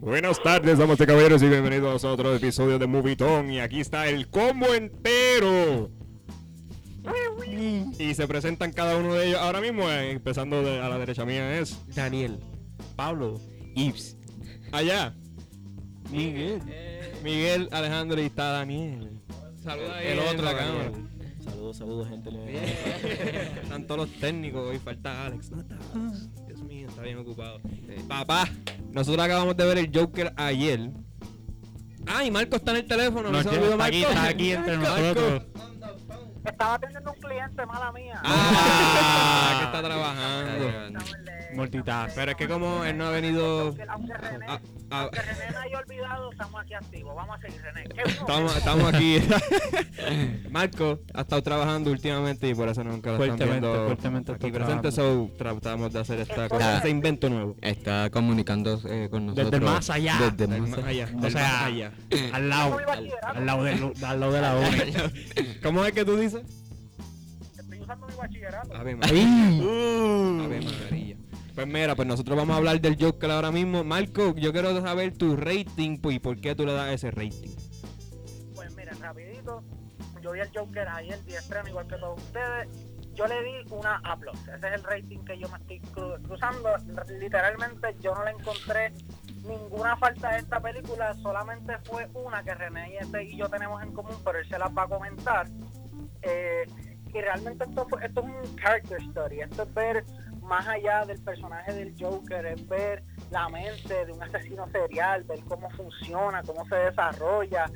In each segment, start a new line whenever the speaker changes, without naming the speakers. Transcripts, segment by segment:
Buenas tardes, damas y caballeros, y bienvenidos a otro episodio de Movitón. Y aquí está el combo entero. Y se presentan cada uno de ellos ahora mismo, eh, empezando de- a la derecha mía es
Daniel, Pablo, Ives,
allá.
Miguel,
Miguel, Alejandro y está Daniel.
Saluda
El otro la cámara.
Saludos, saludos, gente.
Están todos los técnicos, hoy falta Alex. No está Alex. Dios mío, está bien ocupado. Papá, nosotros acabamos de ver el Joker ayer. Ah, y Marco está en el teléfono.
Nos
se me
lleva-
olvidó
está aquí,
Marco.
está aquí entre
Marco.
nosotros.
Estaba atendiendo un cliente, mala mía.
Ah, que está trabajando.
Multitask.
Pero es que como él no ha venido...
Aunque- Aunque René,
Ah, ah,
aunque René me haya olvidado, estamos aquí activos. Vamos a seguir, René. ¿Qué vino?
Estamos, estamos aquí. Marco ha estado trabajando últimamente y por eso nunca lo están
Fuertemente,
viendo
fuertemente
aquí
está
presente. So, tratamos de hacer esta cosa, este invento nuevo.
Está comunicando eh, con
Desde
nosotros.
el más allá.
Desde
Del
el
más
más allá.
allá,
O
del más
sea,
allá.
al lado, al, al lado, de, lo- al lado de la ONU.
¿Cómo es que tú dices?
Estoy usando mi bachillerato.
A ver, Pues mira, pues nosotros vamos a hablar del Joker ahora mismo. Marco, yo quiero saber tu rating pues, y por qué tú le das ese rating.
Pues miren, rapidito. Yo vi el Joker ayer, 10 estreno, igual que todos ustedes. Yo le di una A+. Ese es el rating que yo me estoy cru- cruzando. Literalmente yo no le encontré ninguna falta de esta película. Solamente fue una que René y, este y yo tenemos en común, pero él se las va a comentar. Eh, y realmente esto, fue- esto es un character story. Esto es ver más allá del personaje del Joker, es ver la mente de un asesino serial, ver cómo funciona, cómo se desarrolla,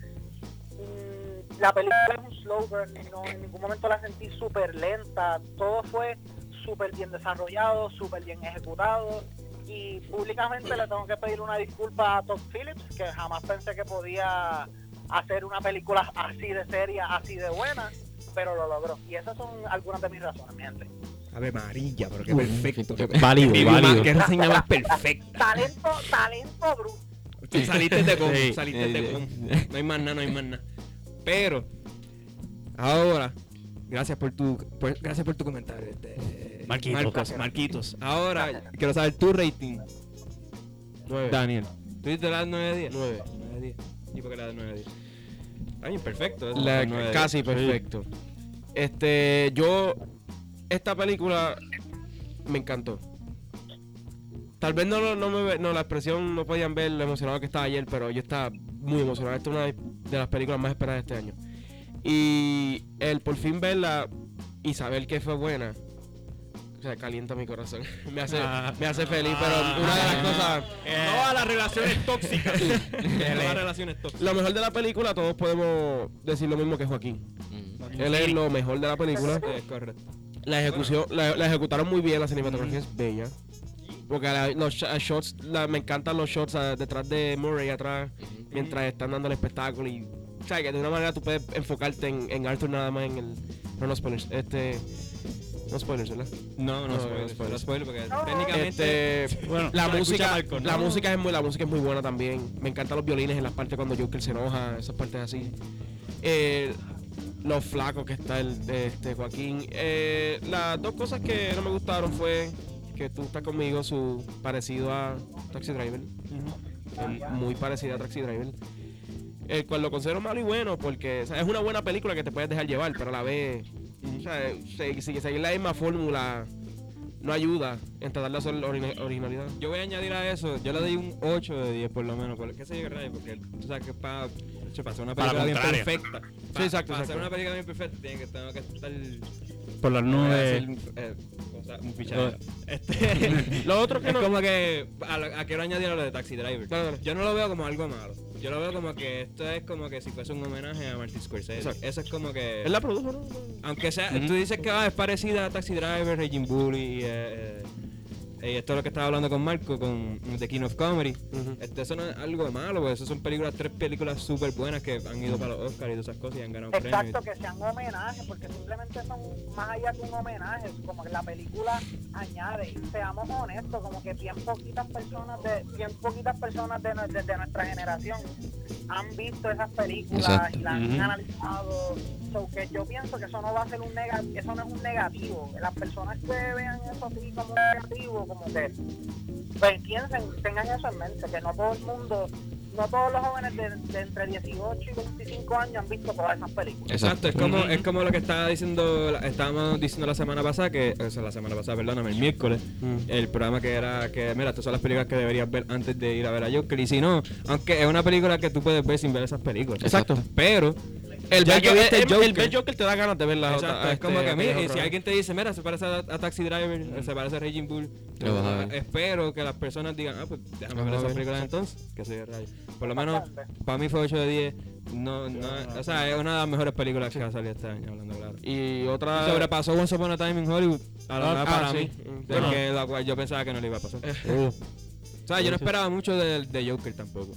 Mm, la película es un slow burn, no, en ningún momento la sentí súper lenta, todo fue súper bien desarrollado, súper bien ejecutado y públicamente le tengo que pedir una disculpa a Todd Phillips, que jamás pensé que podía hacer una película así de seria, así de buena, pero lo logró. Y esas son algunas de mis razones, mi gente.
A ver, Marilla, pero qué perfecto.
Válido, válido.
Que reseña más perfecta.
Talento, talento bruto.
Tú saliste de con,
Sí.
saliste de
Eh,
con. No hay más nada, no hay más nada. Pero, ahora, gracias por tu, por- gracias por tu comentario. este,
Marquitos,
Marcos,
Marquitos.
Ahora, quiero saber tu rating,
Pues.
Nueve.
Daniel. ¿Tú diste la 9 de 10?
Nueve.
9 de 10. ¿Y por qué la de 9 de 10? Está bien, perfecto. eso,
La-
nueve de
casi
diez.
perfecto. Este, yo esta película me encantó. Tal vez no, lo- no, me ve- no, la expresión no podían ver lo emocionado que estaba ayer, pero yo estaba muy emocionado. Esta es una de las películas más esperadas de este año. Y el por fin verla y saber que fue buena, o sea, calienta mi corazón. me, hace, me hace feliz, pero una de las cosas...
Eh,
Todas las relaciones tóxicas. Todas las relaciones tóxicas.
Lo mejor de la película, todos podemos decir lo mismo que Joaquín.
Mm.
Él es lo mejor de la película.
Sí, es correcto.
La ejecución, la, la ejecutaron muy bien, la cinematografía es bella. Porque la- los sh- shots, la- me encantan los shots ah, detrás de Murray atrás, mientras están dando el espectáculo y o sea, que de una manera tú puedes enfocarte en, en Arthur nada más en el no, no spoilers, este no spoilers, ¿verdad?
No, no,
No,
spoiler,
no, spoiler.
no spoiler, porque
No.
técnicamente.
Este,
Bueno,
la
escucha,
música,
Marco,
la
no.
música es muy, la música es muy buena también. Me encantan los violines en las partes cuando Joker se enoja, esas partes así. Eh, los flacos que está el de este Joaquín. Eh, las dos cosas que no me gustaron fue que tú estás conmigo, su parecido a Taxi Driver, Eh, muy parecida a Taxi Driver. El cual lo considero malo y bueno porque o sea, es una buena película que te puedes dejar llevar, pero a la vez, o sea, se- si seguir la misma fórmula no ayuda en tratar de hacer orina- originalidad.
Yo voy a añadir a eso, yo le doy un 8 de 10 por lo menos, por qué sé yo rayo, porque tú sabes que para, para hacer una
Para
película bien
contraria.
perfecta. pa-
exacto,
Para hacer
exacto.
una película bien perfecta tiene que tener que estar
Por las
voy a
nubes.
decir, eh, cosa- un fichaje. Este,
Lo otro que
es
no.
como que a, lo- a quiero añadir a lo de Taxi Driver.
Dale, dale.
Yo no lo veo como algo malo. Yo lo veo como que esto es como que si fuese un homenaje a Martin Scorsese.
Exacto.
Eso es como que
Él la produjo, ¿no?
aunque sea, tú dices que ah, es parecida a Taxi Driver, Raging Bully, y eh, eh, y esto es lo que estaba hablando con Marco, con The King of Comedy.
Ujú.
Este, eso no es algo malo, porque esas son películas, tres películas súper buenas que han ido para los Oscars y todas esas cosas y han ganado
Exacto,
premios.
que sean homenajes, porque simplemente son más allá que un homenaje, es como que la película añade, y seamos honestos, como que bien poquitas personas de, bien poquitas personas de, nue- de- de nuestra generación han visto esas películas
Exacto.
y las han
Ujú.
analizado. So que yo pienso que eso no va a ser un negativo, eso no es un negativo. Las personas que vean eso así como un negativo, como que pues piensen, tengan eso en mente, que no todo el mundo, no todos los jóvenes de, de entre 18 y 25 años han visto todas esas películas.
Exacto, es como, es como lo que estaba diciendo, la- estábamos diciendo la semana pasada, que, o sea, la semana pasada, perdóname, el miércoles, el programa que era que, mira, estas son las películas que deberías ver antes de ir a ver a Joker. Y si no, aunque es una película que tú puedes ver sin ver esas películas.
Exacto.
Pero,
El
ya
ver
que viste
el- el- el
Joker-
ver Joker te da ganas de ver la
Exacto,
otra.
es como que a mí,
mí
y si alguien te dice, mira, se parece a, a Taxi Driver, se parece a Raging Bull,
Lo vas a ver.
espero que las personas digan, ah, pues déjame ver
Vamos a
esas
ver.
películas entonces, que soy de rayo. Por lo menos, para mí fue 8 de 10. No, no, o sea, es una de las mejores películas que ha salido este año, hablando claro.
Y otra.
Sobrepasó Once Upon a Time in Hollywood a la
Ah,
verdad,
ah,
para
sí.
mí,
Mm,
de
bueno.
que la cual yo pensaba que no le iba a pasar.
Uh,
O sea, yo no esperaba mucho de, de Joker tampoco.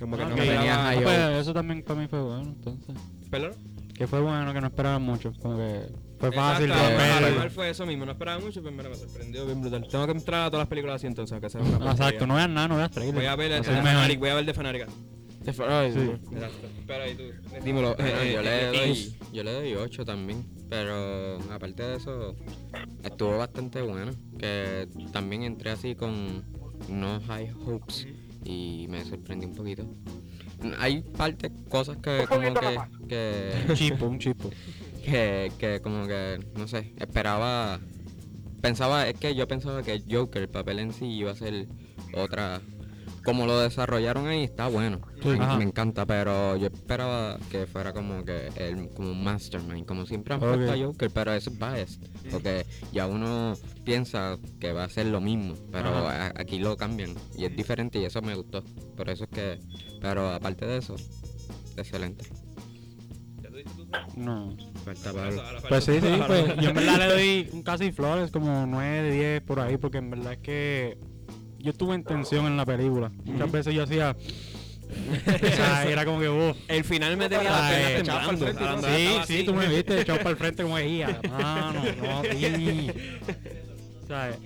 Como que
ok.
no me
venía
esperaba...
high.
Pues, eso también para mí fue bueno, entonces.
¿Perdón?
Que fue bueno que no esperaban mucho, como que fue fácil
Exacto,
de
al
ver.
igual fue eso mismo, no esperaba mucho, pero mira, me sorprendió bien brutal. Tengo que entrar a todas las películas así entonces, aunque sea una
Ah, Exacto,
porquería.
no veas nada, no veas trailers.
Voy a ver el
Así es
de
mejor.
Fanatic, voy a ver de Fanatic.
Te fue- ay,
Sí.
Dios mío.
Exacto. Pero ahí tú, dímelo. eh,
Bueno,
eh,
yo, le
eh,
doy, yo le doy 8 también, pero aparte de eso, estuvo bastante bueno. Que también entré así con no high hopes y me sorprendí un poquito. Hay partes, cosas que
Un
como
poquito
que,
nomás.
que,
chipo, un chipo.
que, que como que, no sé, esperaba, pensaba, es que yo pensaba que Joker, el papel en sí, iba a ser otra... Como lo desarrollaron ahí, está bueno.
Sí.
Me-
Ajá.
me encanta, pero yo esperaba que fuera como que el, como un mastermind, como siempre han
Ok.
puesto a Joker, pero eso es biased, porque ya uno piensa que va a ser lo mismo, pero a- aquí lo cambian y es diferente y eso me gustó, por eso es que, pero aparte de eso, excelente.
¿Ya tú diste tu-
No.
Falta
Ahora
Pablo.
falta
Pues sí,
tú.
sí, pues yo en verdad le doy un casi flores, como 9 de 10 por ahí, porque en verdad es que yo estuve en tensión en la película. Muchas veces yo hacía. o sea, era como que vos.
El final me tenía las
Ay,
piernas
echado para el
temblando.
frente,
Hablando,
eh, Sí,
estaba
sí,
así.
tú me viste echado para el frente como decía, mano, no, sí. ¿Sabes?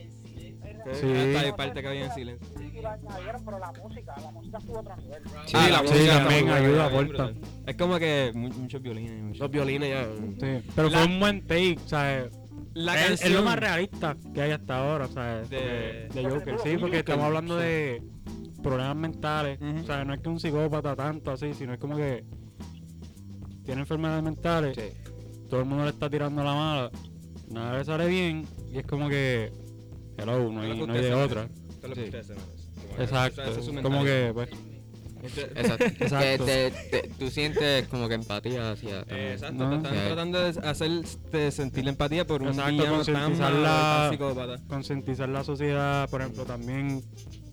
Hasta
Sí.
hay parte que había en silencio.
Y lo añadieron, pero la música, la música estuvo a otro nivel.
Sí,
Ah, música
la música
está
también
muy buena,
ayuda,
bien
aporta.
brutal. Es como que mu- muchos violines. muchos-
Los violines ya.
Sí, pero fue un buen take, ¿sabes?
La
es, es
canción
lo más realista que hay hasta ahora, ¿sabes?
De-
De, de Joker, sí, porque estamos hablando de problemas mentales,
Ujú.
o sea, no es que un psicópata tanto así, sino es como que tiene enfermedades mentales, todo el mundo le está tirando la mala, nada le sale bien, y es como que, hello, no
es lo
hay,
que
no hay
ustedes
de
se
otra.
merecen, es lo que
Sí.
ustedes se merecen. Como que- o
Exacto,
sea, esa es su
como
mentalidad.
que, pues,
Este-
Exacto. Que
Exacto.
te- te- tú sientes como que empatía hacia...
Eh, Exacto,
No.
te están
Ya.
tratando de hacerte sentir la empatía por un
Exacto,
villano tan
concientizar
malo y tan
la-
psicópata.
concientizar la sociedad, por ejemplo, también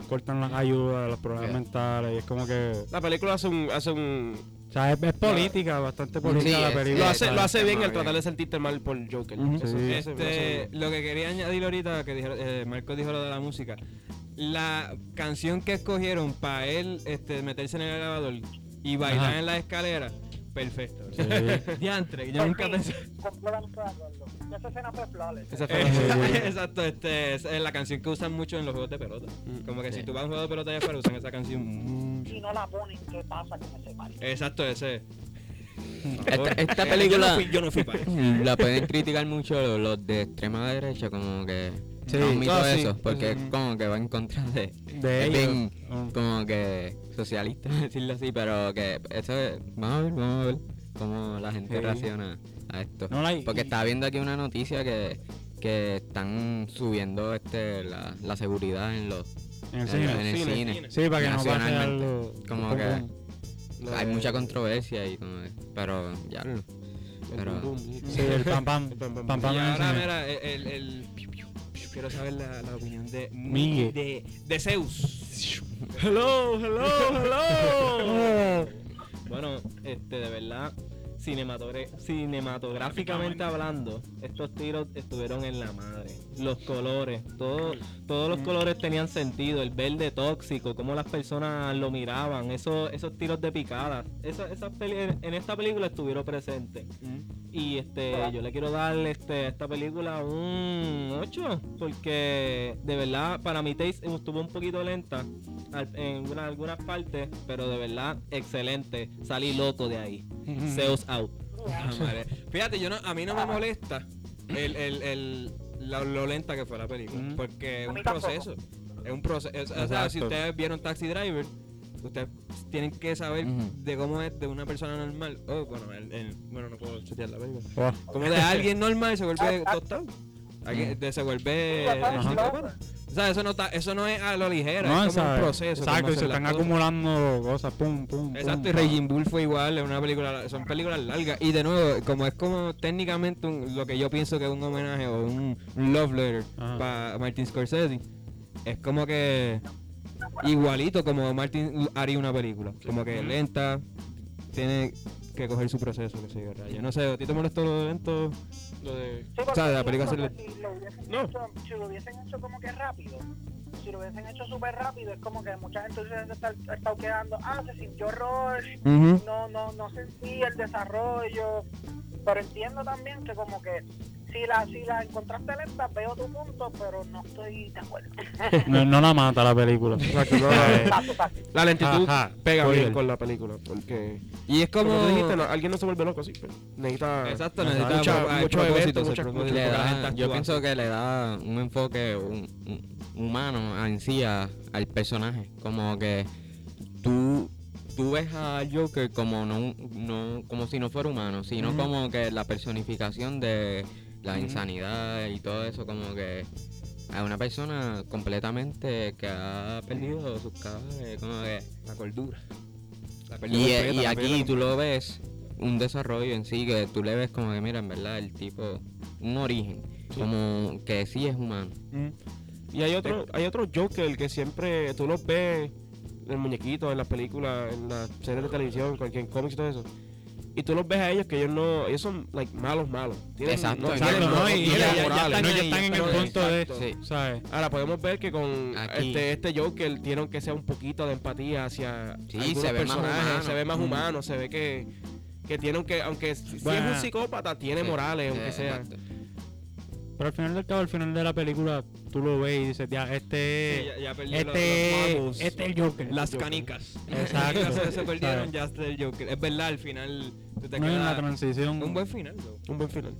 cortan las ayudas, los problemas
Yeah.
mentales, y es como que,
La película hace un. Hace un
o sea, es, es política, bastante política
Sí,
la
es-
película.
lo,
eh,
hace,
¿sabes?
lo hace bien
tema
el tratar
bien.
de sentirte mal por Joker.
Ujú.
Eso-
Sí.
eso-
Este,
eso-
lo que quería añadir ahorita, que dijeron- eh, Marco dijo lo de la música. La canción que escogieron para él este, meterse en el elevador y bailar
Ajá.
en la escalera, perfecto.
Sí.
Diantre, yo nunca
Pues sí,
pensé.
completamente de acuerdo. Esa escena fue flawless.
Esa fue la-
Eh, Exacto, este, es eh, la canción que usan mucho en los juegos de pelota.
Mm,
Como que si
Sí.
tú vas a un juego de pelota allá afuera, usan esa
Mm,
canción.
Si no la ponen, ¿qué pasa con ese país?
Exacto, ese.
Esta, esta
Eh, Yo no
película
fui, yo no fui para eso.
la pueden criticar mucho los, los de extrema derecha, como que
Sí.
no admito
Ah, sí.
eso, porque
Ujú.
es como que va en contra de,
De
es
ellos.
bien
Ah.
como que socialista, decirlo así, pero que eso es- vamos a ver, vamos a ver cómo la gente
Sí.
reacciona a esto.
No, like,
porque
y-
estaba viendo aquí una noticia que, que están subiendo este la, la seguridad en los
En el
en-
cine.
en el
Cine.
cine.
Cine.
Sí, para que no pase
Nacionalmente.
algo.
Como que
lo
hay
de-
mucha controversia y como que- pero ya lo-
el
pero-
boom, boom.
Sí, el pam pam. pam pam, pam,
Y
en el
ahora,
cine.
mira, el, el- el- Quiero saber la, la opinión de,
Migue.
de. de Zeus.
Hello, hello, hello.
Bueno, este, de verdad, cinematogre- cinematográficamente hablando, estos tiros estuvieron en la madre. Los colores, todo, todos los colores tenían sentido. El verde tóxico, cómo las personas lo miraban, esos, esos tiros de picadas. Esa, esas peli- en esta película estuvieron presentes.
y este yo le quiero dar este, a esta película un 8 porque de verdad para mi taste estuvo un poquito lenta al- en una- algunas partes, pero de verdad excelente. Salí loco de ahí. Zeus out.
Ah, madre. Fíjate, yo no, a mí no me molesta el, el, el, la- lo lenta que fue la película.
Ujú.
Porque es
A
un
mí tampoco.
proceso. Es un proceso. es- o sea, si
Exacto.
ustedes vieron Taxi Driver, ustedes tienen que saber
Ujú.
de cómo es de una persona normal. Oh, bueno, el- el- bueno no puedo chutear la película.
Oh,
Como de alguien normal se vuelve
Ah, ah.
tostado. Alguien- de- se vuelve.
Sí,
ajá.
psicópata. O sea, eso no, está, eso no es a lo ligero,
no,
es como
¿sabes?
un proceso. de
Exacto,
cómo
y se
hacer las
están
cosas.
acumulando cosas, pum, pum. pum,
Exacto, y
pa.
Raging Bull fue igual, es una película, son películas largas. Y de nuevo, como es como técnicamente un- lo que yo pienso que es un homenaje o un un love letter
Ajá.
para Martin Scorsese, es como que igualito como Martin haría una película. Como que lenta, tiene que coger su proceso, que sigue raya. No sé, ¿a ti te molestó lo de lento? Lo de...
Sí, porque
O sea, la película
siento
se
que si lo, hubiesen
No.
hecho, si lo hubiesen hecho como que rápido, si lo hubiesen hecho súper rápido, es como que mucha gente se ha estado quedando, ah, se sintió rush,
Ujú.
no, no, no sentí el desarrollo, pero entiendo también que como que si la, si la encontraste lenta, veo tu punto, pero no estoy de acuerdo.
No, no la mata la película.
Exacto, no, la,
Paso, paso.
la lentitud
Ajá,
pega
spoiler.
bien con la película. Porque,
Y es
como
como...
tú dijiste, no, alguien no se vuelve loco así. pero necesita.
Exacto,
Ajá.
necesita
Mucha-
hay
muchos
propósitos,
eventos,
hay
muchas-
propósitos,
muchas-
porque la
Le
gente
da-
actúa
yo
así.
pienso que le da un enfoque un- un- humano a- en sí a- al personaje. Como que tú, tú ves a Joker como no, un- no como si no fuera humano, sino como que la personificación de la insanidad y todo eso, como que a una persona completamente que ha perdido sus cabales, como que
la cordura. La
y, eh, y aquí tú lo ves, un desarrollo en sí, que tú le ves como que, mira, en verdad, el tipo, un origen, como que sí es humano.
Y hay otro, hay otro Joker que siempre tú los ves en el muñequito, en las películas, en las series de televisión, en cualquier cómics y todo eso. Y tú los ves a ellos que ellos no, ellos son like malos, malos. Tienen-
Exacto,
no,
exacto,
tienen-
no, y- y
tienen
ya- ya
morales.
No, ya están en el punto de,
Exacto.
Sí.
¿sabes?
Ahora podemos ver que con
Aquí.
este, este Joker tienen que sea un poquito de empatía hacia
Sí,
algunos
se ve más
personajes,
humano.
se ve más
Mm.
humano, se ve que, que tiene aunque, aunque si, si
Bueno. Eh,
es un psicópata, tiene
Sí,
morales,
sí,
aunque sea.
exacto.
Pero al final del cabo, al final de la película, tú lo ves y dices, ya, este.
ya, ya perdió
este.
los- los marbles.
este es el Joker.
las
Joker.
canicas.
Exacto.
Las canicas se, se perdieron
¿Sabes?
ya hasta el Joker. Es verdad, al final tú te
No hay
quedas-
una transición.
un buen final, though.
Un buen final.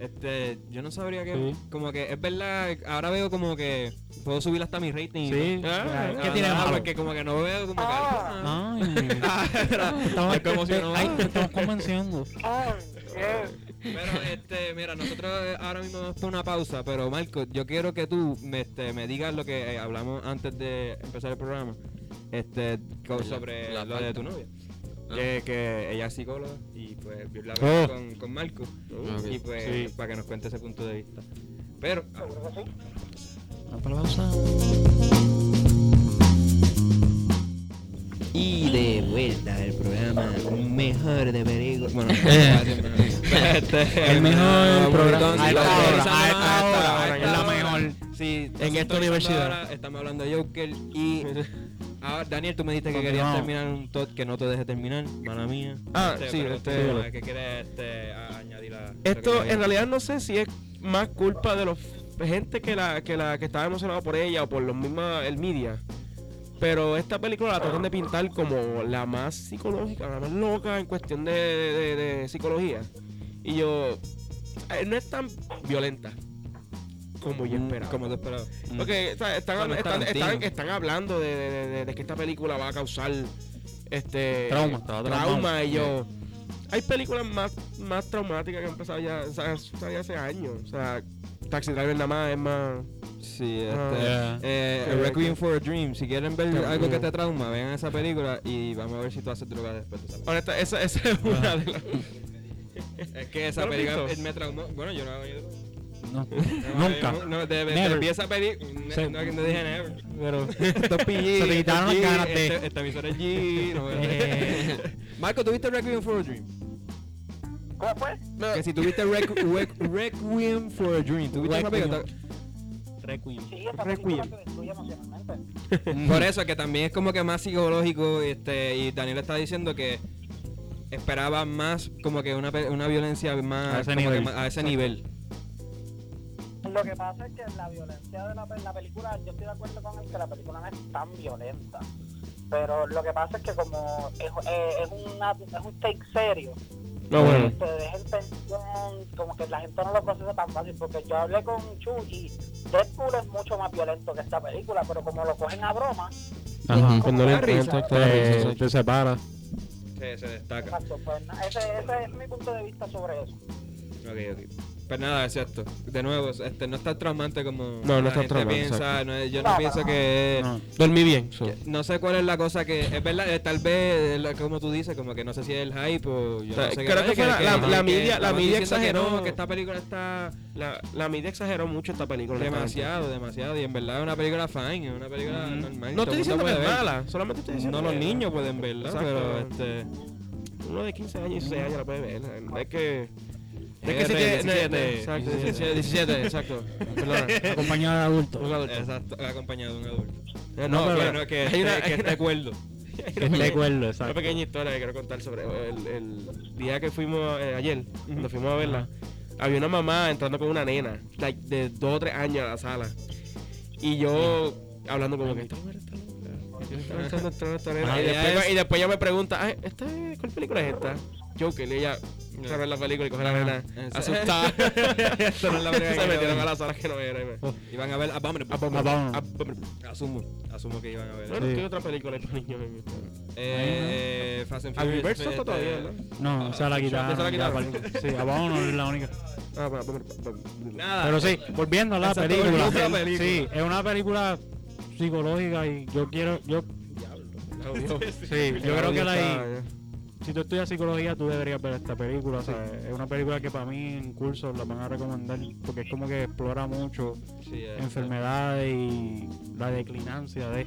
Este, yo no sabría que
Sí.
como que es verdad, ahora veo como que puedo subir hasta mi rating.
Sí.
Ah,
¿Qué
ah,
tiene de
ah,
malo?
Porque como que no veo como que
Ah.
Ay.
Ah,
Estamos,
es que emocionó.
ay, te estamos convenciendo.
Ay, Dios.
Pero este, mira, nosotros eh, ahora mismo vamos a una pausa, pero Marco, yo quiero que tú me, este, me digas lo que eh, hablamos antes de empezar el programa. Este, co-
La-
sobre
la
lo de
falta.
tu novia.
Ah.
Que, que ella es psicóloga y pues vio la película
Oh.
con, con Marco.
Ok.
Y pues
Sí.
para que nos cuente ese punto de vista. Pero ah,
Y de vuelta al programa mejor de peligro. Bueno, este,
Ah,
El mejor programa.
entonces, estamos pensando
A esta hora, a
a
esta
esta
hora,
hora,
que es la
a esta hora.
mejor.
sí,
En esta
entonces,
universidad.
ahora estamos hablando de Joker y ahora Daniel, tú me dijiste que
Continuamos.
querías terminar un tot que no te deje terminar, mala mía.
Ah, sí,
pero
este-
tú, ah, que quieres este, a- añadir a
Esto en realidad no sé si es más culpa de los gente que la que la que estaba emocionada por ella o por los mismos el media. Pero esta película la tratan de pintar como la más psicológica, la más loca en cuestión de, de- de- de psicología. Y yo eh, no es tan violenta como yo esperaba.
Mm, Como te esperaba.
Porque o sea, están,
Bueno, es
están,
Tarantino.
están- están hablando de, de- de- de que esta película va a causar este
Trauma, estaba traumado.
trauma y yo. Hay películas más, más traumáticas que han pasado ya, o sea, ya- ya hace años. O sea, Taxi Driver nada más es más.
Sí, este,
Ah.
Yeah.
eh,
Correcto.
Requiem for a Dream. Si quieren ver
También.
algo que te trauma, vean esa película y vamos a ver si tú haces droga después de esa película.
Honesta, esa, esa es una de las.
Es que esa
¿No lo has
película
visto?
me traumó. Bueno, yo no hago yo-
No.
no,
Nunca.
yo No, de, de,
Never.
de- vi esa película.
Se-
No, no dije never.
Pero.
Esto es PG.
Se
esto
te quitaron
es
las
G,
ganas de-
este- Esta emisora es G. no,
Eh.
Marco, ¿tuviste Requiem for a Dream?
¿Cómo fue?
Que si tuviste Requ- Requ- Requiem for a Dream, ¿tuviste esa película?
Requiem.
Sí, esa
Requiem.
película te destruye emocionalmente.
Por eso, que también es como que más psicológico. Este, y Daniel está diciendo que esperaba más como que una, pe- una violencia más
A ese
como que
nivel.
más- a ese nivel.
Lo que pasa es que la violencia de la, pe- la película, yo estoy de acuerdo con él que la película no es tan violenta. Pero lo que pasa es que como es, eh, es, una, es un take serio,
No, bueno.
te deja en tensión, como que la gente no lo procesa tan fácil. Porque yo hablé con Chu y Deadpool es mucho más violento que esta película, pero como lo cogen a broma,
Ajá.
como
Cuando le
que-
encuentras
Te, te separa.
Se, se destaca.
Exacto, pues, na- ese, ese es mi punto de vista sobre eso.
Ok, ok. Pero nada, es cierto. De nuevo, este, no es tan traumante como
No, no
la
es tan
gente
traumante,
piensa. no es- yo
No,
no,
no,
pienso
no.
que es-
No.
Dormí bien. so.
No sé cuál es la cosa que. Es verdad, eh, tal vez, eh, la- como tú dices, como que no sé si es el hype o. Yo
O sea,
no sé qué
creo
fue,
que fue la- la- la media- la
estaban diciendo que
media exageró.
no, que esta película está
La, la media exageró mucho esta película. honestamente.
demasiado, demasiado. Y en verdad es una película fine, es una película
Ujú.
normal.
No
todo
estoy
el mundo
diciendo que
puede
es
ver.
mala, solamente estoy diciendo
No los
que-
niños pueden verla,
Exacto.
pero este.
Uno de 15 años y 16 años la puede ver. No es que. No es que
R,
se quede. no- no-
17,
Exacto,
17.
17, 17, exacto. Perdona.
Acompañada de adultos.
Exacto, acompañado de un adulto.
Eh,
No,
pero-
que, no, que, este,
hay una-
que
hay
esté
una-
cuerdo.
Que esté cuerdo,
Una
exacto.
pequeña historia que quiero contar sobre el, el día que fuimos eh, ayer, cuando fuimos a verla. Había una mamá entrando con una nena, like, de dos o tres años a la sala. Y yo hablando como que esta mujer está loca. ¿por qué le está lanzando esto a esta nena?"
Ajá,
Y
ya
después,
es-
y después ella me pregunta, "Ay, ¿esta, ¿cuál película es esta? Joker, y ella se ve la película y coge a la nena
Esa-
asustada.
Esta no es la primera que
se
yo
metieron
veo.
a la sala que no era. y me-
Iban a ver Abominable.
Abominable.
Abominable.
Asumo, asumo que iban a ver.
Bueno,
Sí.
Ah, ¿qué otra película hay para niños? en esto?
Eh, eh, Fast and
Al
Furious.
universo
eh,
está todavía, ¿no?
No, esa la quitaron.
esa
ya,
la quitaron.
aparte. Sí, abajo no es la única.
Ah, bueno, bueno,
Nada.
Pero sí, volviendo a la
Esa es todo
película.
otra película.
Sí, es una película psicológica y yo quiero. yo
bueno.
Sí, yo creo que
Está,
la.
ya.
Si tú estudias psicología, tú deberías ver esta película. ¿sabes? Es una película que para mí en curso la van a recomendar porque es como que explora mucho
Sí, eh,
enfermedades y la declinancia de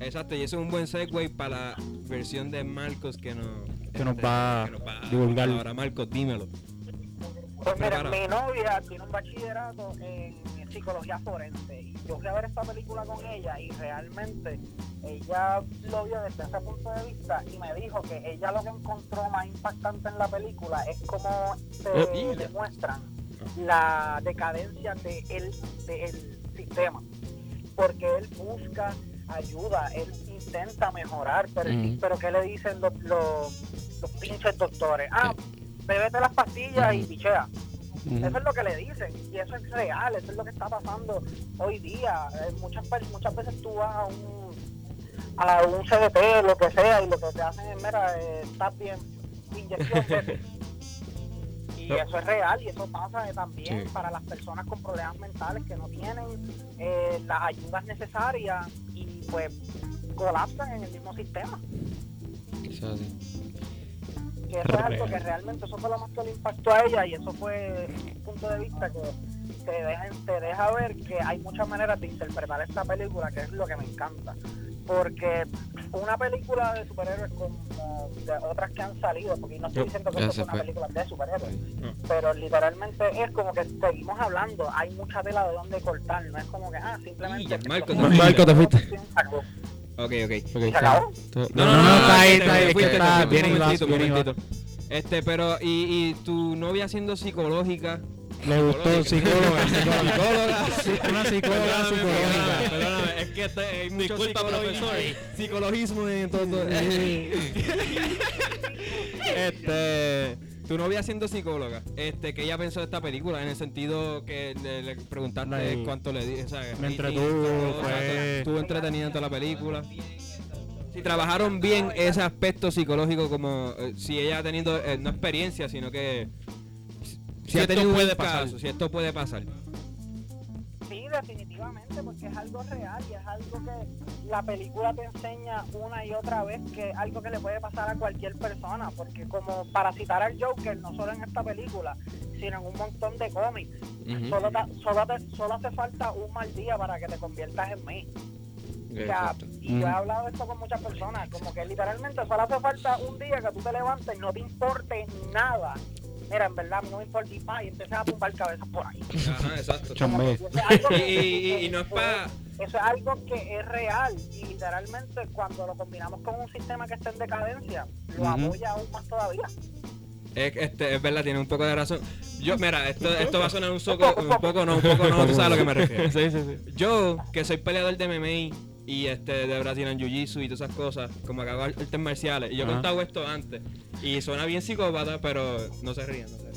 Exacto, y eso es un buen segue para la versión de Marcos que nos,
que nos va
que nos va
a
a
divulgar.
Ahora, Marcos, dímelo.
Pues mira,
Preparado.
mi novia tiene un bachillerato en psicología forense y yo fui a ver esta película con ella y realmente ella lo vio desde ese punto de vista y me dijo que ella lo que encontró más impactante en la película es cómo se
Oh, y ya.
demuestran la decadencia de el, de el sistema porque él busca ayuda, él intenta mejorar, pero,
Ujú.
pero ¿qué le dicen los, los, los pinches doctores? Ah, bébete las pastillas y
Ujú.
pichea. Eso es lo que le dicen y eso es real, eso es lo que está pasando hoy día. Eh, Muchas, pe- muchas veces tú vas a un, a un CDT, lo que sea, y lo que te hacen es, mira, eh, estás bien, inyección. vete". y eso es real y eso pasa eh, también
Sí.
para las personas con problemas mentales que no tienen eh, las ayudas necesarias y pues colapsan en el mismo sistema.
Eso es así.
que es algo que realmente eso fue lo más que le impactó a ella y eso fue un punto de vista que te deja, te deja ver que hay muchas maneras de interpretar esta película, que es lo que me encanta. Porque una película de superhéroes como de otras que han salido, porque no estoy diciendo que
ya
esto
se
es una
fue.
película de superhéroes, pero literalmente es como que seguimos hablando, hay mucha tela de donde cortar, no es como que, ah, simplemente...
Y ya, Marco,
Entonces,
Marco, te fuiste.
sí, sacó.
Ok, ok.
¿Se acabó?
No, no, no, está ahí, está ahí, es que
fuiste,
está
te fuiste,
bien
un
y va,
momentito, un
bien y va.
momentito. Este, pero, y, y tu novia siendo psicológica.
Le gustó psicóloga. psicóloga.
Psicóloga.
Sí, Una psicóloga
Perdóname,
psicológica.
perdóname, es que este- hay mucho psicologismo, psicologismo en todo. este, tu novia siendo psicóloga, este, que ella pensó de esta película en el sentido que le, le preguntaste
Like,
cuánto le di, o sea,
me
rating,
entretuvo,
todo,
fue-
exacto, estuvo entretenida en toda la película. Si trabajaron bien ese aspecto psicológico como eh, si ella ha tenido eh, no experiencia, sino que si, ha
esto
tenido un
puede pasar.
caso, si esto puede pasar.
Sí, definitivamente, porque es algo real y es algo que la película te enseña una y otra vez que es algo que le puede pasar a cualquier persona, porque como para citar al Joker, no solo en esta película, sino en un montón de cómics,
Ujú.
solo, ta- solo, te- solo hace falta un mal día para que te conviertas en mí. O sea,
Exacto.
y yo he hablado de esto con muchas personas, como que literalmente solo hace falta un día que tú te levantes y no te importe nada. Mira, en verdad, a mí no me importa y pa, y empecé a tumbar cabezas por ahí.
Ajá, exacto.
Chambé.
Como que es algo
Y,
que-
y- y- y no es
que-
para
Eso es algo que es real y literalmente cuando lo combinamos con un sistema que está en decadencia, lo apoya aún más todavía.
Es, este, es verdad, tiene un poco de razón. Yo, mira, esto, esto va a sonar un, soco, un poco, no, un poco no, tú sabes a lo que me refiero.
sí, sí, sí.
Yo, que soy peleador de MMA y este, de Brazilian Jiu-Jitsu y todas esas cosas, como que hago ar- artes marciales, y yo he
Ajá.
contado esto antes, y suena bien psicópata, pero no se rían, no se rían.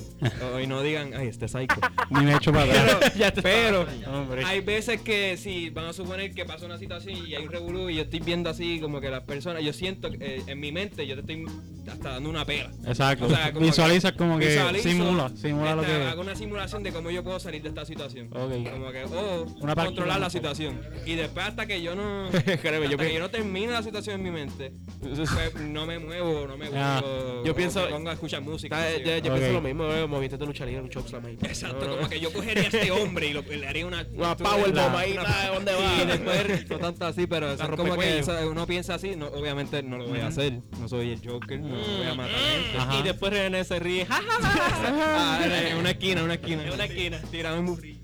O- Y no digan, ay, este psycho.
Ni me echo para atrás.
Pero, pero
Hombre.
hay veces que si van a suponer que pasa una situación y hay un revolú y yo estoy viendo así como que las personas, yo siento que, eh, en mi mente yo te estoy hasta dando una pera.
Exacto.
O sea, como
Visualizas como que
Visualizo,
simula, simula lo
este,
que
Hago una simulación de cómo yo puedo salir de esta situación.
Ok.
Como que, o
Una práctica.
controlar la situación. Y después hasta que yo no... Créeme, yo, que yo no termine la situación en mi mente, pues, no me muevo, no me muevo.
Ah,
yo
o
pienso-
me pongo a escuchar música.
Está-
qué sé
yo yo
Ok.
pienso lo mismo, eh, movimiento de lucha libre, un chokeslam ahí.
Exacto,
No, no.
como que yo cogería a este hombre y lo, le haría una...
Una
tú-
powerbomb
la-
ahí,
una-
¿sabes? ¿dónde
Y
va?
después, no tanto así, pero eso es como que
rompecuello.
eso, uno piensa así, no, obviamente no lo voy a hacer. No soy el Joker, no voy a matar gente.
Ajá.
Mm. Y después René se ríe. ¡Ja, ja, ja!
Ah, en una esquina, en una esquina.
En una esquina.
Tirado en burrillo.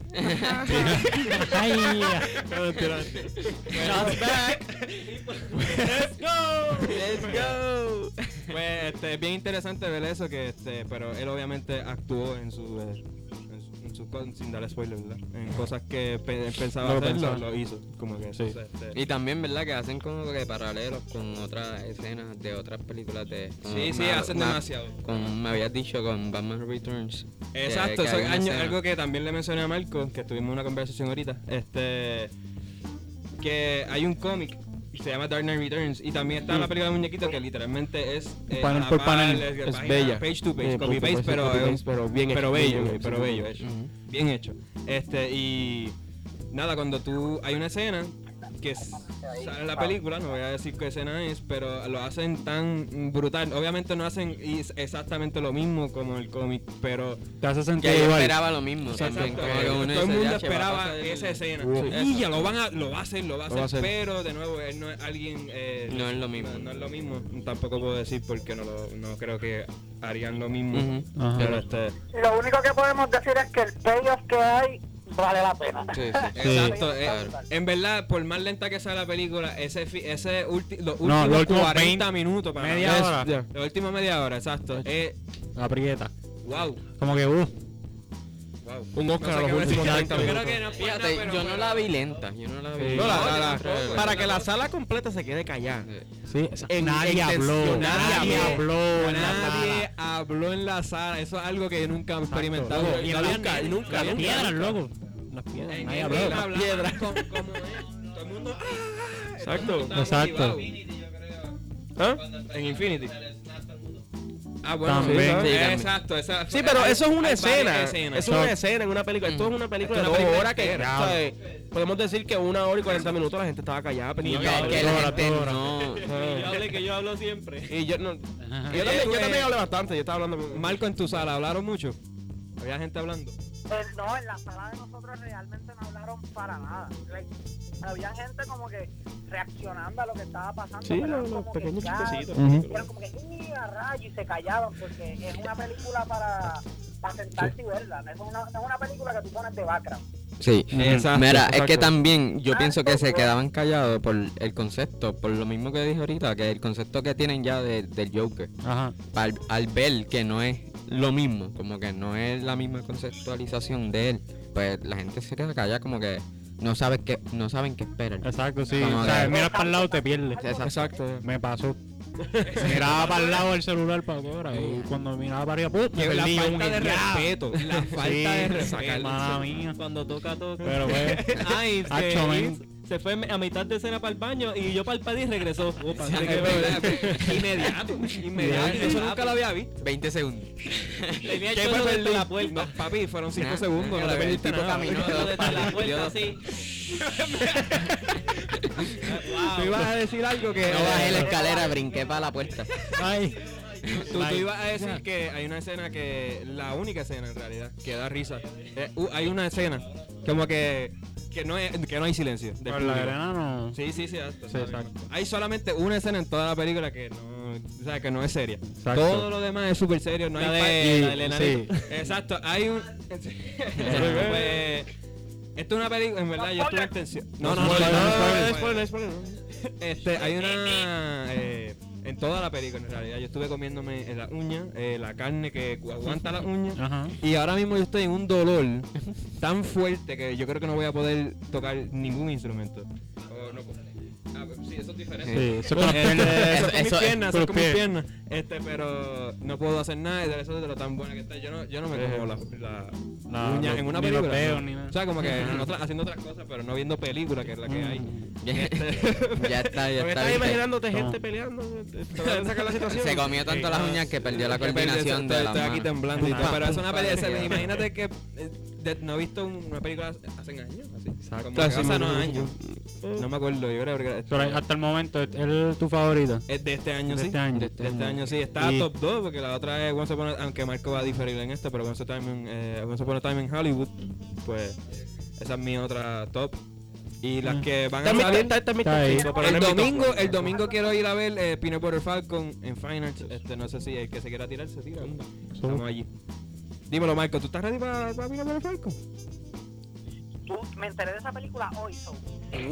Ay,
Let's go. Pues este, es bien interesante ver eso, que este, pero él obviamente actuó en su, eh, en su, en su co- sin dar spoiler, ¿verdad? En cosas que pe- él pensaba
Lo
hacer,
pensaba.
lo, lo hizo. Como que
Sí.
entonces, este,
Y también, ¿verdad? Que hacen como que paralelos con otras escenas de otras películas de... como
Sí, sí,
ma-
hacen
ma-
demasiado.
Con, me habías dicho con Batman Returns. que-
Exacto,
que
eso
hay
es
una
año-
escena-
algo que también le mencioné a Marco, que tuvimos una conversación ahorita, este que hay un cómic que se llama Dark Knight Returns y también está la película de muñequito que literalmente es eh,
Mm. Panel
a
por
la
panel,
par,
es
página,
bella.
page to page,
Eh,
copy
por
paste,
supuesto,
pero,
copy
eh,
paste, pero bien
pero
hecho,
bello,
bien
güey,
hecho,
pero
sí,
bello
sí.
hecho.
Ujú.
Bien hecho. Este y nada, cuando tú hay una escena que s- sale en la película, no voy a decir qué escena es, pero lo hacen tan brutal. Obviamente no hacen is- exactamente lo mismo como el cómic, pero
Te hace sentir
Que yo
igual.
esperaba lo mismo.
Exacto,
también, como
eh,
que uno
todo
dice,
el mundo
"Ya, che, va a
esperaba
pasar el-
esa escena.
Sí.
Y ya lo van a, lo va a hacer, lo va a
Lo
hacer,
va a hacer.
pero de nuevo él no es alguien eh,
No es lo mismo.
No, no es lo mismo. Tampoco puedo decir porque no lo- no creo que harían lo mismo.
Ujú.
Ajá.
Pero este,
Lo único que podemos decir es que el payoff que hay vale la pena.
Sí, sí.
Exacto, eh,
Claro.
en verdad, por más lenta que sea la película, ese, fi- ese ulti- los últimos
No, los últimos
40
20,
minutos para
media
mí.
hora.
Ya. La última media hora, exacto. Eh,
Aprieta.
wow,
Como que, uh,
wow.
Un Oscar a los
No sé qué
últimos
voy a decir.
30
Yo creo
minutos.
que no es por
Fíjate,
nada, pero-
yo no la vi lenta. Yo no la vi.
No, la-
No,
la- la-
tampoco.
para que la sala completa se quede callada.
sí,
En-
nadie
en
habló.
tensión, nadie
Nadie
habló.
habló. en la
Nadie
sala.
habló en la sala. Eso es algo que yo nunca he experimentado.
Loco,
Y
y
no
las-
nunca,
las
nunca, nunca.
piedras, loco. Las piedras,
En
nadie
el
habló.
cine hablaban con- como es, Todo el mundo.
Exacto.
Exacto.
¿Ah?
En Infinity. Ah, bueno,
También.
sí,
Sí,
también.
exacto. esa-
Sí, pero eso es una
hay varias
escena.
escenas.
Eso es una escena en una película. Esto es una película de
Esto
dos
es una
horas que
película
¿sabes? podemos decir que una hora y 40 minutos la gente estaba callada. pendiente.
Que- que
Dora,
la gente
Dora.
no.
Yo hablé que yo hablo siempre.
Y yo, no,
Ajá.
yo también, yo también hablé bastante. Yo estaba hablando
Marco, en tu sala hablaron mucho. Había gente hablando.
El- Pues no, en la sala de nosotros realmente no hablaron para nada. Like, había gente como que reaccionando a lo que estaba pasando.
Sí,
pero
los-
eran
los
como que
pequeños
ya-
chistecitos.
Ujú.
Eran como que, "Ih, a rayo", y se callaban porque es una película para, para sentarte y verla. No es, una, no es una película que tú pones de background.
Sí,
Exacto,
mira, es que
exacto.
también yo pienso que se
Exacto.
quedaban callados por el concepto, por lo mismo que dije ahorita, que el concepto que tienen ya de- del Joker,
Ajá.
al, al ver que no es lo mismo, como que no es la misma conceptualización de él, pues la gente se queda callada como que no sabe qué, no saben qué esperan.
Exacto, sí.
Como
O sea,
que-
miras para el lado, te pierdes.
Exacto.
Me pasó. Miraba para el lado el celular para ahora. Y cuando miraba para arriba, ¡pum! Me
la
perdí yo, un
falta de
guiado.
respeto. La falta
Sí,
de
sacar-
respeto.
Mala mía.
Cuando toca, toca.
Pero pues.
Ay, se,
Acho, man.
y se fue a mitad de escena para el baño y yo palpadí y regresó. Opa,
Es
así que-
verdad, Inmediato. Inmediato. Eso nunca lo había visto.
20 segundos.
Tenía el cholo desde la puerta.
No, papi, fueron 5
Nah,
segundos. No
claro,
te
el
perdiste
tipo
nada.
caminó.
bro.
Cholo desde la
Dios.
puerta así.
Tú ibas a decir algo que.
No bajé la escalera, brinqué para la puerta.
Ay.
Tú, tú ibas a decir que hay una escena que. La única escena en realidad que da risa. Eh, uh, hay una escena como que. Que no, es- que no hay silencio. del
Por Pues la
público.
arena no.
Sí, sí, sí. exacto,
Sí,
sabes.
exacto.
Hay solamente una escena en toda la película que no, o sea, que no es seria.
Exacto.
Todo lo demás es súper serio. No
La
hay
de-
pa-
la del
Sí.
enanito.
Exacto. Hay un. Pues, Esto es una película, en verdad, yo estuve en tensión. No, no,
No,
no,
spoiler,
no,
no,
no, no,
spoiler,
no, Este, hay una. eh, en toda la película, en realidad, yo estuve comiéndome eh, la uña, eh, la carne que aguanta la uña.
Ajá.
Y ahora mismo yo estoy en un dolor tan fuerte que yo creo que no voy a poder tocar ningún instrumento. Oh, no, puedo. Ah, pues sí, eso es diferente.
Sí, eso es con las
Este,
piernas.
eso es con mis
Eso es
piernas, eso es con
con los
mis
pies.
piernas. Este, pero no puedo hacer nada y de eso de lo tan buena que está. Yo no, yo no me como la, la
No,
uña
no,
en una
ni
película.
Eh, los veo,
no.
ni nada. Mm.
O sea, como que en otra- haciendo otras cosas, pero no viendo películas, que es la que hay.
Ya, ya está, ya
Porque
está.
estás
viste.
imaginándote
Toma.
gente peleando. te- te van a sacar la situación.
Se comió tanto las uñas que perdió la
Que perdí,
coordinación
estoy-
de las
Estoy aquí
manos.
temblando y todo,
Pum,
pero es una
pum,
película.
pum.
se- Imagínate que eh, de- no he visto un- una película hace- hace años, así.
Exacto.
Como que
Hace
hace
mucho
unos
tiempo.
años. No me acuerdo, yo creo que
Pero hasta el momento, ¿es- ¿es tu favorita?
es de este año,
de
sí.
este año.
De este, año, sí. Está
Y-
top 2, porque la otra es Once Upon a- aunque Marco va a diferir en esta, pero Once, Time in- eh, Once Upon a Time in Hollywood, pues esa es mi otra top. Y las
Mm.
que van a
Está en mi-
salir...
está- está en mi
Está ahí.
top cinco, pero no
El
es mi top.
domingo, el domingo quiero ir a ver eh, Peanut Butter Falcon en Finals. Este, no sé si el que se quiera tirar se tira. Estamos allí. Dímelo, Marco, ¿tú estás ready para Peanut Butter Falcon?
Tú, me enteré de esa película hoy, so.
¿En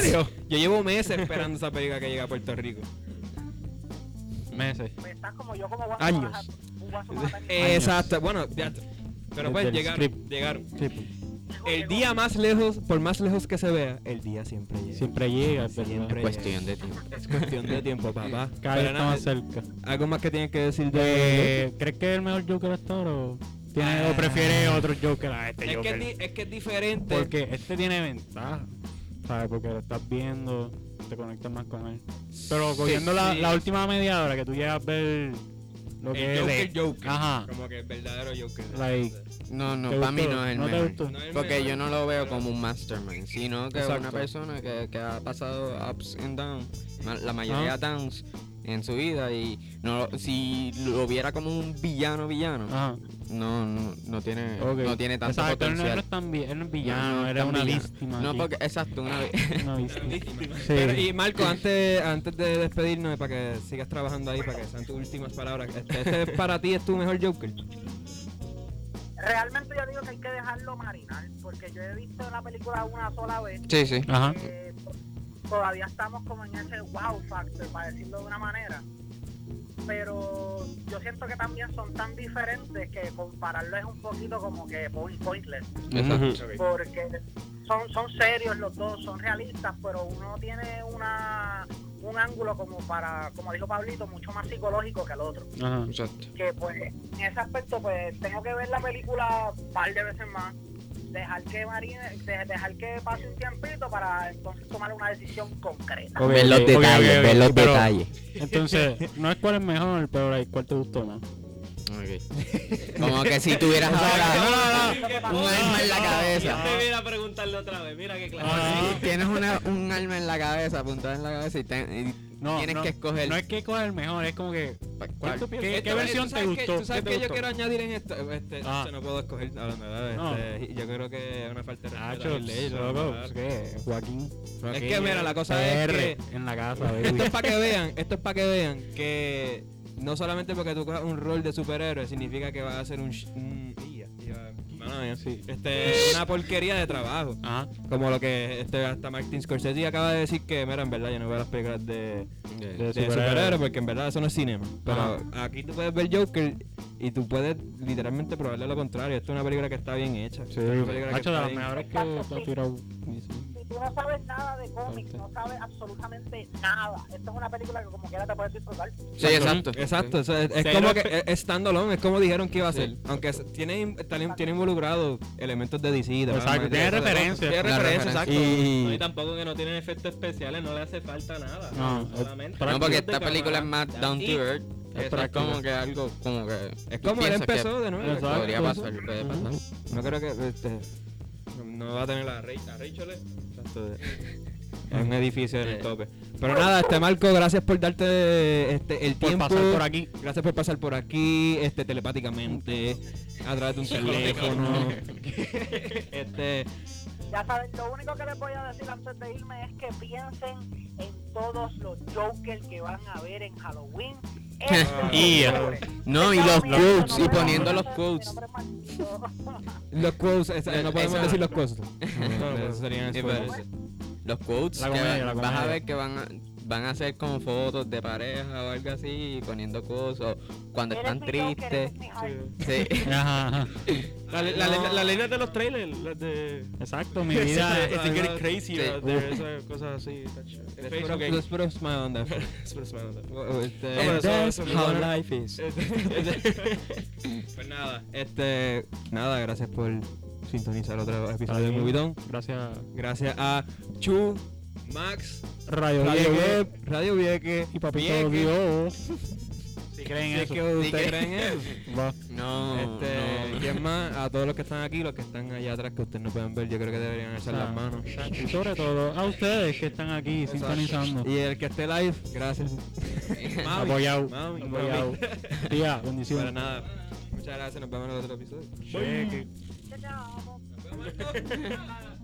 serio? Yo llevo meses esperando esa película que llega a Puerto Rico.
Meses.
Pues estás como yo, como guaso.
Años. Eh.
baja- un guaso baja-
Exacto. Bueno, ya. Pero pues
Desde el
llegaron,
script.
llegaron.
Sí, pues,
Llegó,
El
llegó.
día más lejos, por más lejos que se vea, el día siempre llega.
siempre llega, pero pues,
Siempre.
Cuestión de tiempo.
Es cuestión de tiempo, papá. Pero
cada vez está
nada,
más cerca.
algo más que tienes que decir de...
Eh, ¿Crees que es el mejor Joker hasta ahora o,
Ah.
tiene, o prefieres otro Joker a este
Es que
Joker?
es, di- es que es diferente.
Porque este tiene ventaja, ¿sabes? Porque lo estás viendo, te conectas más con él. Pero cogiendo la,
sí.
la última media hora que tú llegas a ver lo que
el
él
Joker
es.
Joker.
Ajá.
Como que el verdadero Joker.
Like,
No, no,
¿Te
para mí
gustó?
no es el
¿No te
mejor.
gustó?
No es el
Porque
mejor,
yo no lo veo
pero-
como un mastermind, sino que es una
Exacto.
persona que, que ha pasado ups and downs, ma- la mayoría
Ajá.
downs en su vida y no lo- si lo viera como un villano villano,
ajá,
no, no no tiene
Ah. ok.
no tiene tanto
Exacto, él no- él
potencial.
no es tan vi- él no es
No,
villano,
no es
era
tan
una
villano.
víctima.
No,
aquí,
porque exacto, una vez.
Una víctima. Sí.
Pero, y Marco, antes, antes de despedirnos, para que sigas trabajando ahí, para que sean tus últimas palabras, este, este para ti es tu mejor Joker.
Realmente yo digo que hay que dejarlo marinar, porque yo he visto la película una sola vez.
Sí, sí.
Ajá.
eh, todavía estamos como en ese wow factor, para decirlo de una manera. Pero yo siento que también son tan diferentes que compararlo es un poquito como que point- pointless.
Exacto.
Porque son, son serios los dos, son realistas, pero uno tiene una un ángulo como para, como dijo Pablito, mucho más psicológico que el otro.
Ajá.
Exacto.
Que pues en ese aspecto pues tengo que ver la película un par de veces más, dejar que marine, de- dejar que pase un tiempito para entonces tomar una decisión concreta.
Ok,
Ver los
ok, ok,
detalles,
ok,
ver los
pero-
detalles.
Entonces, no es cuál es mejor, pero like, cuál te gustó más.
Ok. Como que si tuvieras ahora un alma en la cabeza.
Te viene a preguntarle otra vez, mira que claro.
Ah.
Tienes una, un alma en la cabeza, apuntada en la cabeza y, te- y
No,
tienes
no,
que escoger.
No es que coja el mejor, es como que. ¿Cuál tú piensas? ¿Qué,
Esto-
qué versión
Este, ¿tú sabes
te
qué-
gustó?
¿Tú sabes
¿Qué
que
te
yo
gustó?
quiero añadir en esto? Este,
Ah.
este, no puedo escoger, la verdad,
No.
este, yo creo que es una falta de
Ah,
respeto. a
chos,
las leyes, la
loco,
verdad.
pues, ¿qué? Joaquín.
Es que mira, la cosa es que
en la casa,
esto
baby.
es para que vean, esto es para que vean que no solamente porque tú cojas un rol de superhéroe significa que vas a hacer un, sh- un- ia, ia, mano mía,
Sí.
este, una porquería de trabajo.
Ajá.
Como lo que este, hasta Martin Scorsese acaba de decir que, mira, en verdad yo no veo las películas de,
Yeah.
de
De
superhéroes
superhéroes.
porque en verdad eso no es cinema. Pero
Ah.
aquí tú puedes ver Joker y tú puedes literalmente probarle lo contrario. Esto es una película que está bien hecha.
Sí,
Esto es una película que
macho, de
está
las
bien-
mejores que te ha tirado.
si tú no sabes nada de cómics, no sabes absolutamente nada. Esta es una película que como quiera te puedes disfrutar.
Sí, exacto.
Exacto, o sea, es, es
Cero
como que
espe-
es es standalone, es como dijeron que iba a
Sí.
ser. Aunque es- tiene, in- tal- tiene involucado elementos de DC, de
Exacto,
Batman,
tiene
de- de-
referencias.
Tiene
Claro,
referencias, exacto.
referencias.
No, y
Y,
tampoco que no tienen efectos especiales, no le hace falta nada.
No,
No, solamente.
No, porque
de
esta
cámara.
película es más down
Y-
to earth. Esto es como que algo como que.
es como él
piensas que
empezó de nuevo.
Exacto.
Podría pasar, puede pasar.
No creo que este, no va a tener la Rachel. A Rachel es- exacto, de- en un edificio en el tope. Pero nada, este Marco, gracias por darte este, el
Por
tiempo.
pasar por aquí.
Gracias por pasar por aquí, este, telepáticamente, a través de un teléfono. este,
Ya saben, lo único que les voy a decir antes de irme es que piensen en todos los Jokers que van a ver en Halloween. Estos
Y-
señores.
No, y
Tengan
los
miedo, no
quotes, y
me
poniendo los
maten,
quotes.
no me maten.
Los quotes, esa-
Eso
no podemos
no.
decir los quotes.
no.
Eso serían
Sí,
spoilers.
pero sí. Los quotes,
La
que
comedia, la
vas a
comedia.
ver que van a, van a hacer como fotos de pareja o algo así, poniendo cosas, o cuando
Eres
están
mi Joker,
tristes.
eres mi Hulk.
Sí.
Ajá, ajá.
La, le- la, letra- la letra de los trailers, las de.
Exacto, mi vida.
It's a get it crazy,
Sí.
las de esas cosas así. tacho.
Let's
Facebook,
put up-
okay.
let's put up smile on that.
Espera, espera, espera.
Este,
pero
And
eso-
that's
eso es
how
bueno.
life is.
Pues nada, este, nada, gracias por sintonizar otro episodio de
bien.
Movidón.
Gracias.
Gracias a Chu, Max,
Radio
Radio
Diego
Web, Radio Vieque
y Papito
Vieque.
Dios. Si
Si
creen
es
eso.
que
Sí
ustedes
que-
creen eso.
Va.
No,
Este,
no.
¿Quién más? A todos los que están aquí, los que están allá atrás que ustedes no pueden ver, yo creo que deberían alzar las manos.
Y sobre todo a ustedes que están aquí sintonizando.
Y el que esté live, gracias. Mami,
Apoyado.
mami,
Apoyado.
mami.
Tía,
Para
bendiciones.
nada.
啊
Muchas gracias, nos vemos en el otro episodio.
Cheque.
Yo te amo.